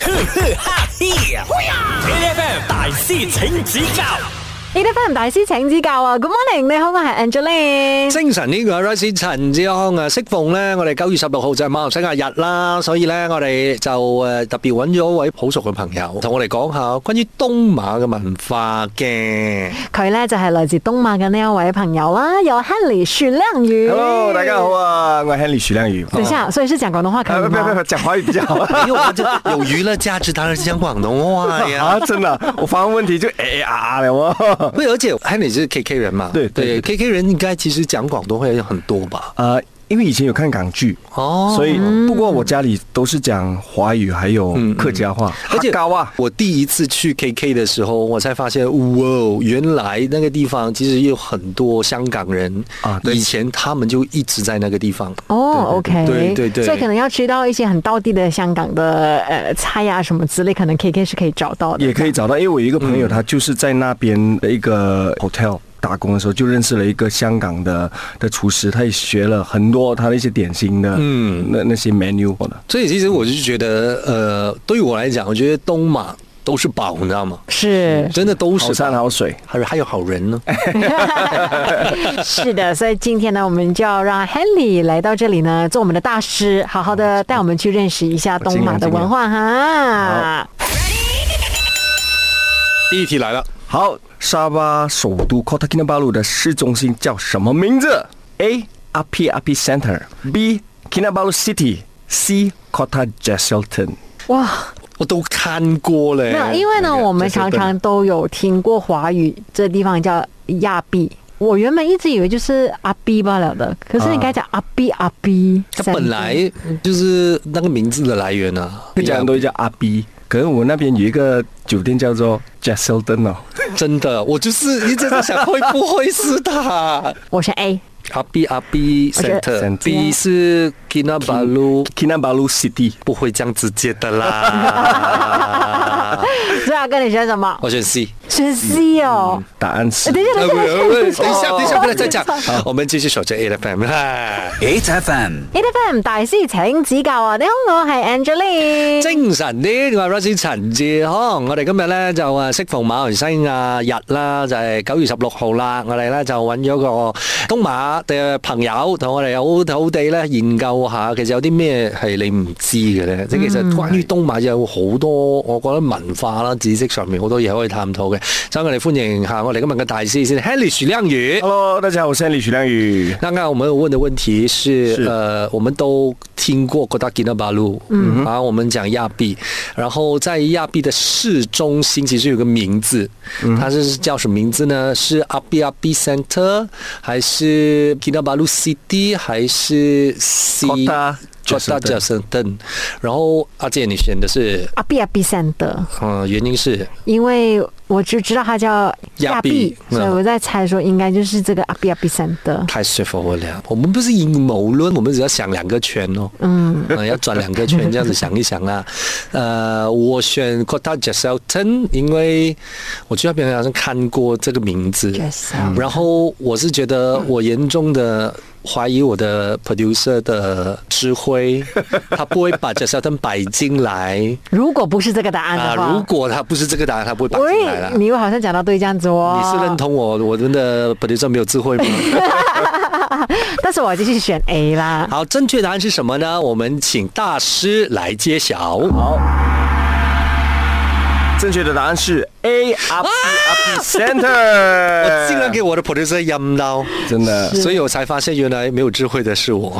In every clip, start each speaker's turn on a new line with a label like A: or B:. A: 哈嘿啊！A.F.M. 大師請指教
B: 你得翻大師請指教啊！Good morning，你好，我係 Angeline。
C: 精神呢個 r i s e 陳志康啊，適逢咧，我哋九月十六號就係馬來西亞日啦，所以咧我哋就誒特別揾咗一位好熟嘅朋友，同我哋講下關於東馬嘅文化嘅。
B: 佢咧就係來自東馬嘅呢一位朋友啦，有 Henry 徐亮宇。
D: Hello，大家好。啊，我係 Henry 徐亮宇。
B: 等一下，所以是講廣東話可
D: 啊，
B: 以
D: 不不不
B: 嗎
D: 不，？講華語比較好
C: 因為我就有娛樂價值，當然是講廣東話 呀。
D: 啊，真的，我發問問題就哎哎啊啊了哦。
C: 對，而且 Henry 是 KK 人嘛，
D: 對對
C: ，KK 人應該其實講廣東話也很多吧？
D: 呃，因為以前有看港劇，
C: 哦
D: 所以不過我家裡都是講華語，還有客家話，
C: 嗯而且
D: 客家話。
C: 我第一次去 KK 的时候，我才发现，哇哦，原来那个地方其实有很多香港人
D: 啊对
C: 以前他们就一直在那个地方。
B: 哦，OK，
C: 对对对
B: 所以可能要吃到一些很道地的香港的呃菜呀、什麼之類，可能 KK 是可以找到的。
D: 也可以找到，因为我有一个朋友，他就是在那边的一个 hotel 打工的时候，就认识了一个香港的的厨师，他也学了很多他的一些点心的，
C: 嗯
D: 嗯，那那些 menu 的。
C: 所以其实我就觉得，呃，对于我来讲，我觉得东马都是宝，你知道吗？
B: 是
C: 真的都是
D: 好山
C: 宝
D: 好水，
C: 还有还有好人呢。
B: 是的，所以今天呢，我们就要让 Henry 来到这里呢，做我们的大师，好好的带我们去认识一下东马的文化哈。
C: 第一题来了，
D: 好，沙巴首都 Kota Kinabalu 的市中心叫什么名字？A. Api Api Center，B. Kinabalu City，C. Kota Jesselton。
B: 哇，
C: 我都看过嘞。
B: 没有，因为呢，
C: 哎那个
B: 我们
C: 这些
B: 常
C: 灯
B: 常都有听过华语这地方叫亚庇。我原本一直以为就是阿 B 罢了的，可是你该讲阿 B 阿 B。
C: 它啊本来就是那个名字的来源啊，
D: 客家人都叫阿 B，可是我那边有一个酒店叫做 Jesselton 哦。
C: 真的，我就是一直在想会不会是他。
B: 我是 A，
C: 阿 B 阿 B
B: 我觉得
C: Center，B 是 Kinabalu，
D: Kinabalu City，
C: 不会这样直接的 啦。
B: 所以阿哥你选什么？
C: 啊我选 嗯 C。
B: 选 C 哦。
D: 答案是
B: 哎等一下，
C: 呃
B: 等一下，
C: 不呃不等一下，等一下，不能 再讲
B: 好。
C: 我们继续守着 A 的 FM。
A: ，8FM，
B: A F M 大师請指教啊！你好，我係 Angeline。
C: 精神啲，我係 Rosie 陳志康。我哋今日咧就誒適逢馬來西亞日啦，就係九月十六號啦。我哋咧就揾咗個東馬嘅朋友同我哋好好地咧研究下，其實有啲咩係你唔知嘅咧？即係其實關於東馬有好多，我覺得文化啦、知識上面好多嘢可以探討嘅。所以我哋歡迎下我哋今日嘅大師先，Henry 徐亮宇。
D: Hello，大家好，我是李徐亮宇。
C: 刚刚我们问的问题是，
D: 是
C: 呃，我们都听过 Kota Kinabalu，嗯，然后我们讲亚庇，然后在亚庇的市中心其实有个名字，它是叫什么名字呢？是 Api Api Center，还是 Kinabalu City，还是 C
D: Kota
C: Kota
D: Jesselton
C: Jesselton？然后阿健，你选的是，
B: 阿 B 阿 B 三的，
C: 嗯，原因是
B: 因為我就知道它叫
C: 亞
B: 亚
C: 庇
B: 庇，
C: 嗯
B: 所以我在猜说應該就是这个阿 B 阿 B 三的。
C: 太说服我了，我们不是阴谋论，我们只要想两个圈哦。
B: 嗯，
C: 嗯，要转两个圈，这样子想一想啦。 呃，我选 Kota Jesselton，因为我去那边好像看过这个名字
B: Jesselton，
C: 然后我是觉得我严重的怀疑我的 producer 的智慧， 他不会把 Jesselton 摆进来
B: 如果不是这个答案
C: 啊、
B: 的話，
C: 如果他不是这个答案，他不会摆
B: 我
C: 进来啦。
B: 哎你又好像講到對這樣子哦。
C: 你是认，同我我们的 producer 没有智 慧吗？
B: 但是我繼續選 A 啦。
C: 好，正确答案是什么呢？我们请大师来揭晓。
D: 好，正确的答案是 A Up Up Center。
C: 我
D: 我
C: 竟然给我的 producer 阴到。
D: 真的
C: 所以我才发现原来没有智慧的 是我。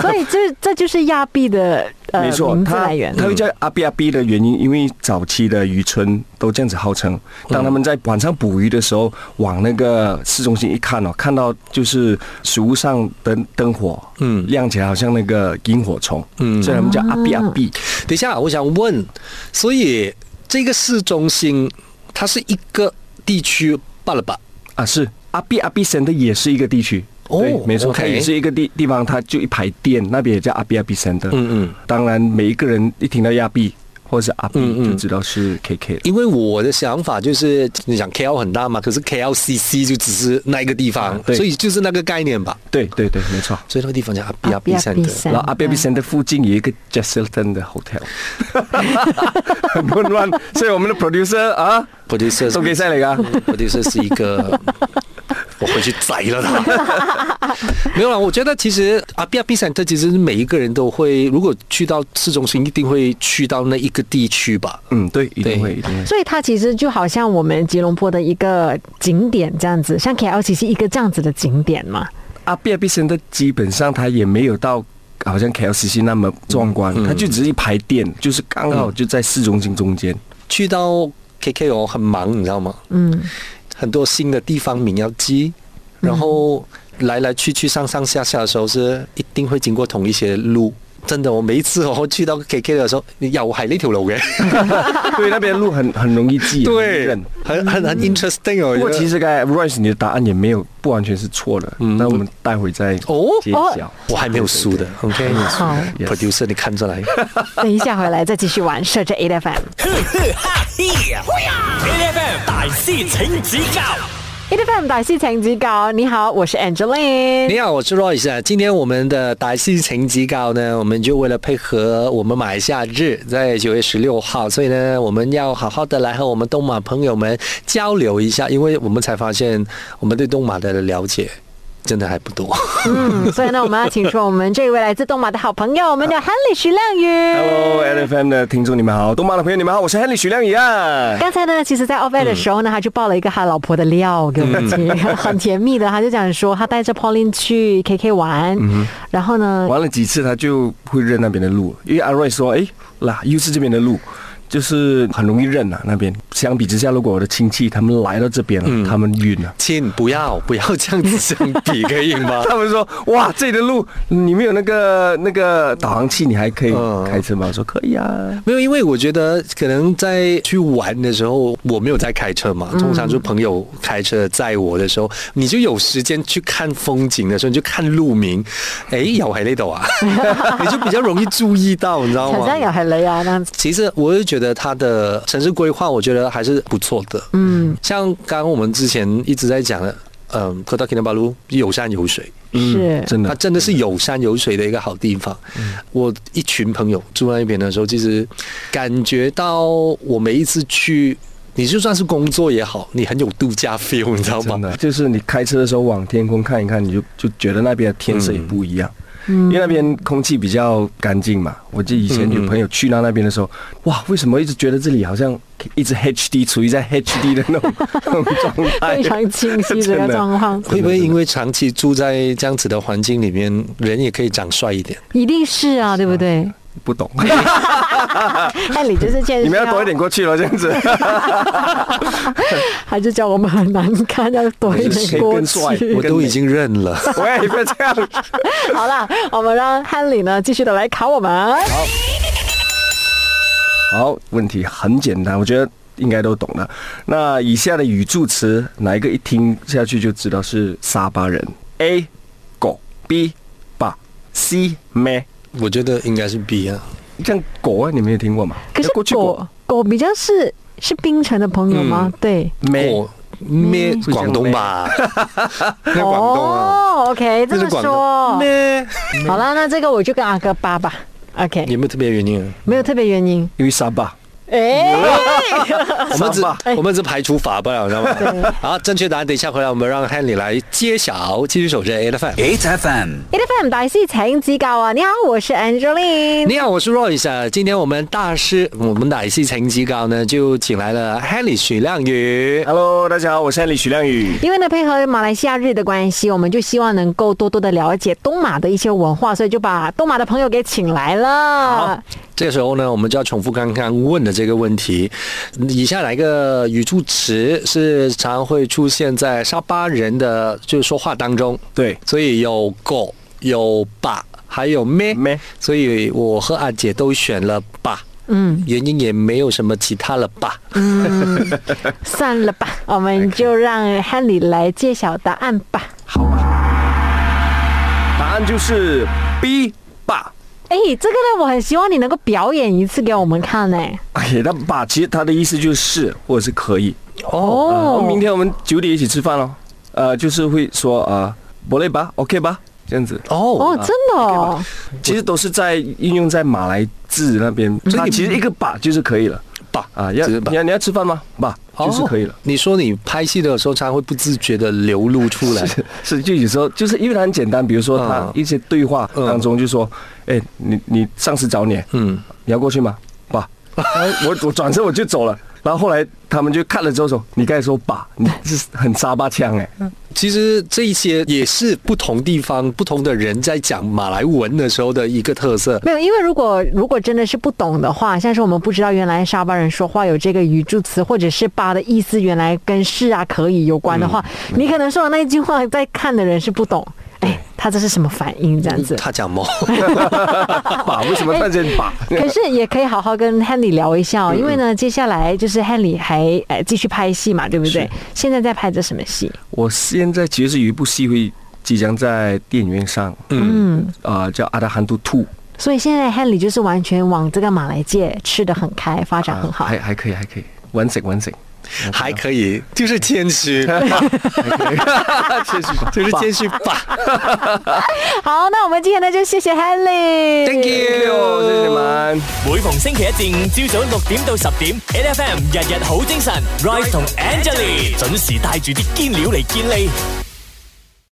B: 所以这这就是亚庇的呃
D: 没错，
B: 名字
D: 他
B: 来源
D: 他。
C: 嗯
D: 会叫阿比阿比的原因，因为早期的渔村都这样子号
C: 嗯
D: 称，当他们在晚上捕鱼的时候，往那个市中心一看哦，看到就是食物上的灯火，
C: 嗯
D: 嗯，亮起来好像那个萤火虫，
C: 嗯
D: 嗯，所以他们叫
B: 啊
D: 阿比阿比。
C: 等一下，我想问，所以这个市中心它是一个地区罢了吧？
D: 啊，是阿比阿比森的也是一个地区。
C: 哦
D: 对没错
C: OK
D: 它也是一个地地方，它就一排店，那边也叫阿比阿比森的。
C: 嗯嗯，
D: 当然每一个人一听到亚庇，或者是阿 B
C: 嗯
D: 就知道是 KK 了。
C: 因为我的想法就是，你想 KL 很大嘛，可是 KLCC 就只是那一个地方，
D: 对
C: 所以就是那个概念吧。
D: 对对对，没错。
C: 所以那个地方叫阿比
B: 阿
C: 阿
B: 比
C: 比
B: 阿比
C: 山的，
B: 山
D: 然后阿 b a b y
C: 嗯
D: Center 附近有一个 Jesselton 的 hotel，很混 乱，所以我们的 producer 啊，
C: 不就是
D: 都给晒啊了噶。
C: 我就是是一 个，我回去宰了他。 没有啦，我觉得其实啊阿比亚比山特，其实每一个人都会，如果去到市中心，一定会去到那一个地区吧。
D: 嗯，对，一定会，
C: 对
D: 一定会。
B: 所以它其实就好像我们吉隆坡的一个景点这样子，像 KL 其实一个这样子的景点嘛。
D: 阿比亚比森的基本上它也没有到好像 KLCC 那么壮观，
C: 嗯
D: 它就只是一排店，就是刚好就在市中心中间。
C: 去到 KK 哦，很忙，你知道吗？
B: 嗯，
C: 很多新的地方名要记，然后来来去去、上上下下的时候是一定会经过同一些路。真的，我每一次哦去到 KK 的时候，又係呢條 路嘅，
D: 对，那边路很很容易记，很易
C: 對
D: 认。，
C: 很很很 interesting 哦。
D: 不过其
C: 實
D: 实刚才 Royce 你的答案也没有不完全是错的，那我们待会再
C: 嗯哦
D: 揭晓。
C: 我還沒有輸的，OK。
B: 好，
D: Yes
C: producer，你看着来。
B: 等一下回来再继续玩设置 A F M。
A: A F M 大师请指教
B: 一 F M 大师请指教，你好，我是 Angeline。
C: 你好，我是 Royce 啊。今天我们的打戏成绩高呢，我们就为了配合我们马来西亚日，在九月十六号，所以呢，我们要好好的来和我们东马朋友们交流一下，因为我们才发现我们对东马的了解真的还不多。
B: 嗯，所以呢，我们要请出我们这一位来自东马的好朋友，我们的 Henry 徐亮宇。
D: Hello LFM 的听众你们好，东马的朋友你们好，我是 Henry 徐亮宇啊。
B: 刚才呢，其实，在 off air
D: 嗯
B: 的时候呢，他就爆了一个他老婆的料给我们听， 很甜蜜的。他就讲说，他带着 Pauline 去 KK 玩，
D: 嗯
B: 然后呢，
D: 玩了几次，他就会认那边的路，因为阿瑞说：“哎，啦，又是这边的路，就是很容易认啊。”那边相比之下，如果我的亲戚他们来到这边了，他们啊晕了。
C: 亲，不要不要这样子相比，可以吗？
D: 他们说：“哇，这里的路你没有那个那个导航器，你还可以开车吗？”我说：“可以啊。
C: 没有，因为我觉得可能在去玩的时候，我没有在开车
B: 嗯
C: 嘛，通常就朋友开车载我的时候，你就有时间去看风景的时候，你就看路名，哎，又喺呢度 啊，你就比较容易注意到，你知道
B: 好
C: 吗
B: 像？有很雷啊那样子。
C: 其实我就觉得它的城市规划，我觉得还是不错的。嗯，像刚刚我们之前一直在讲的，嗯，科达 a 纳巴鲁有山有水，”
B: 是
D: 真
C: 它
D: 的，
C: 真的嗯是有山有水的一个好地方。我一群朋友住在那边的时候，其实感觉到我每一次去，你就算是工作也好，你很有度假 feel，你知道
D: 真
C: 吗？
D: 的就是你开车的时候往天空看一看，你就就觉得那边的天色也不一样。因为那边空气比较干净嘛，我记得以前有朋友去到那边的时候，哇，为什么一直觉得这里好像一直 HD 处于在 HD 的那种 那种状态？
B: 非常清晰的一个
D: 真的
B: 状况，
C: 会不会因为长期住在这样子的环境里面，人也可以长帅一点？
B: 一定是啊，对不对？
D: 不懂，
B: 看你就是见识，
D: 你们要多一点过去了，这样子
B: 还是叫我们很难看，要多一
D: 谁
B: 点过
D: 更帅
B: 去。
C: 我都已经认了。
D: 喂，不要这样。
B: 好啦，我们让汉里呢继续的来考我们。
D: 好，问题很简单，我觉得应该都懂了。那以下的语助词，哪一个一听下去就知道是沙巴人？A 狗，B 爸，C 咩？
C: 我觉得应该是 B 啊，
D: 像狗啊，你们有听过吗？
B: 可是
D: 过去
B: 狗狗比较是是槟城的朋友吗？对，
D: 咩，
C: 我嗯咩
D: 咩
C: 广东吧，咩广东啊，
B: 哦，OK，这
C: 这
B: 么
C: 是广东
B: 说，
C: 咩？
B: 好啦，那这个我就跟阿哥扒吧。OK，
C: 有没有特别原因啊？
B: 没有特别原因。
D: 因为沙巴。
B: 哎，
C: 我们
D: 上
C: 只
D: 吧
B: 哎
C: 我们只排除法不了，知道吗？好，正确答案等一下回来，我们让 Henry 来揭晓。继续守着 A 的范。
A: ，H F M。
B: 一 FM 大师请指教啊！你好，我是 Angeline。
C: 你好，我是 Royce 啊。今天我们大师，我们哪一期成绩高呢？就请来了 Henry 许亮宇。
D: Hello，大家好，我是 Henry 徐亮宇。
B: 因为呢，配合马来西亚日的关系，我们就希望能够多多的了解东马的一些文化，所以就把东马的朋友给请来了。
C: 这个时候呢，我们就要重复刚刚问的这个问题：以下哪一个语助词是常会出现在沙巴人的就是说话当中？
D: 对，
C: 所以有狗，有爸，还有咩
D: 咩
C: 所以我和阿姐都选了爸。
B: 嗯，
C: 原因也没有什么其他了吧？
B: 算了吧，我们就让汉里来揭晓答案吧。
D: 答案就是 B 爸
B: 哎、这个呢，我很希望你能够表演一次给我们看呢、
D: 哎呀，那把其实他的意思就是是或者是可以。
B: 哦
D: 哦，明天我们九点一起吃饭喽。呃，就是会说啊，不累吧，OK 吧，这样子。
B: 哦
C: 哦，，
D: 啊
B: 真的哦，
D: 其实都是在应用在马来字那边，
B: 嗯
C: 以
D: 它
C: 你
D: 其实一个把就是可以了。
C: 爸
D: 啊，要
C: 只是爸
D: 你要你要吃饭吗？爸，就是可以了
C: 哦。你说你拍戏的时候，常常会不自觉的流露出来。
D: 是，就有时候就是因为它很简单，比如说他
C: 嗯
D: 一些对话当中就说，哎，你你上司找你，
C: 嗯，
D: 你要过去吗？爸，然后我我转身我就走了。然后后来他们就看了之后说，你刚才说爸，你是很沙巴腔哎。
C: 其实这一些也是不同地方、不同的人在讲马来文的时候的一个特色。
B: 没有，因为如果如果真的是不懂的话，像是我们不知道原来沙巴人说话有这个语助词，或者是“巴”的意思原来跟“是啊”可以有关的话，
D: 嗯
B: 你可能说的那一句话，在看的人是不懂，哎，他这是什么反应这 样子。
C: 他讲猫，
D: 爸，为什么突然间爸？
B: 可是也可以好好跟 Henry 聊一下哦，因
D: 嗯
B: 为呢，接下来就是 Henry 还呃继续拍戏嘛，对不对？现在在拍着什么戏？
D: 我现在其实有一部戏会即将在电影院上，嗯，啊、叫《阿达汗都 Two》，
B: 所以现在 Henry 就是完全往这个马来界吃的很开，发展很好。
D: 啊还还可以，还可以，完整完整，
C: 还可以，就是谦虚，
D: 谢谢吧，
C: 就是 谦虚吧。
B: 好，那我们今天呢就谢谢 Henry。
D: 谢
C: Thank
D: 谢
C: you，
D: 哦谢谢你。们。
A: 每逢星期一至五朝早六點到十點，N F M 日日好精神，Rise 同 Angelie 準時帶住啲堅料嚟健利。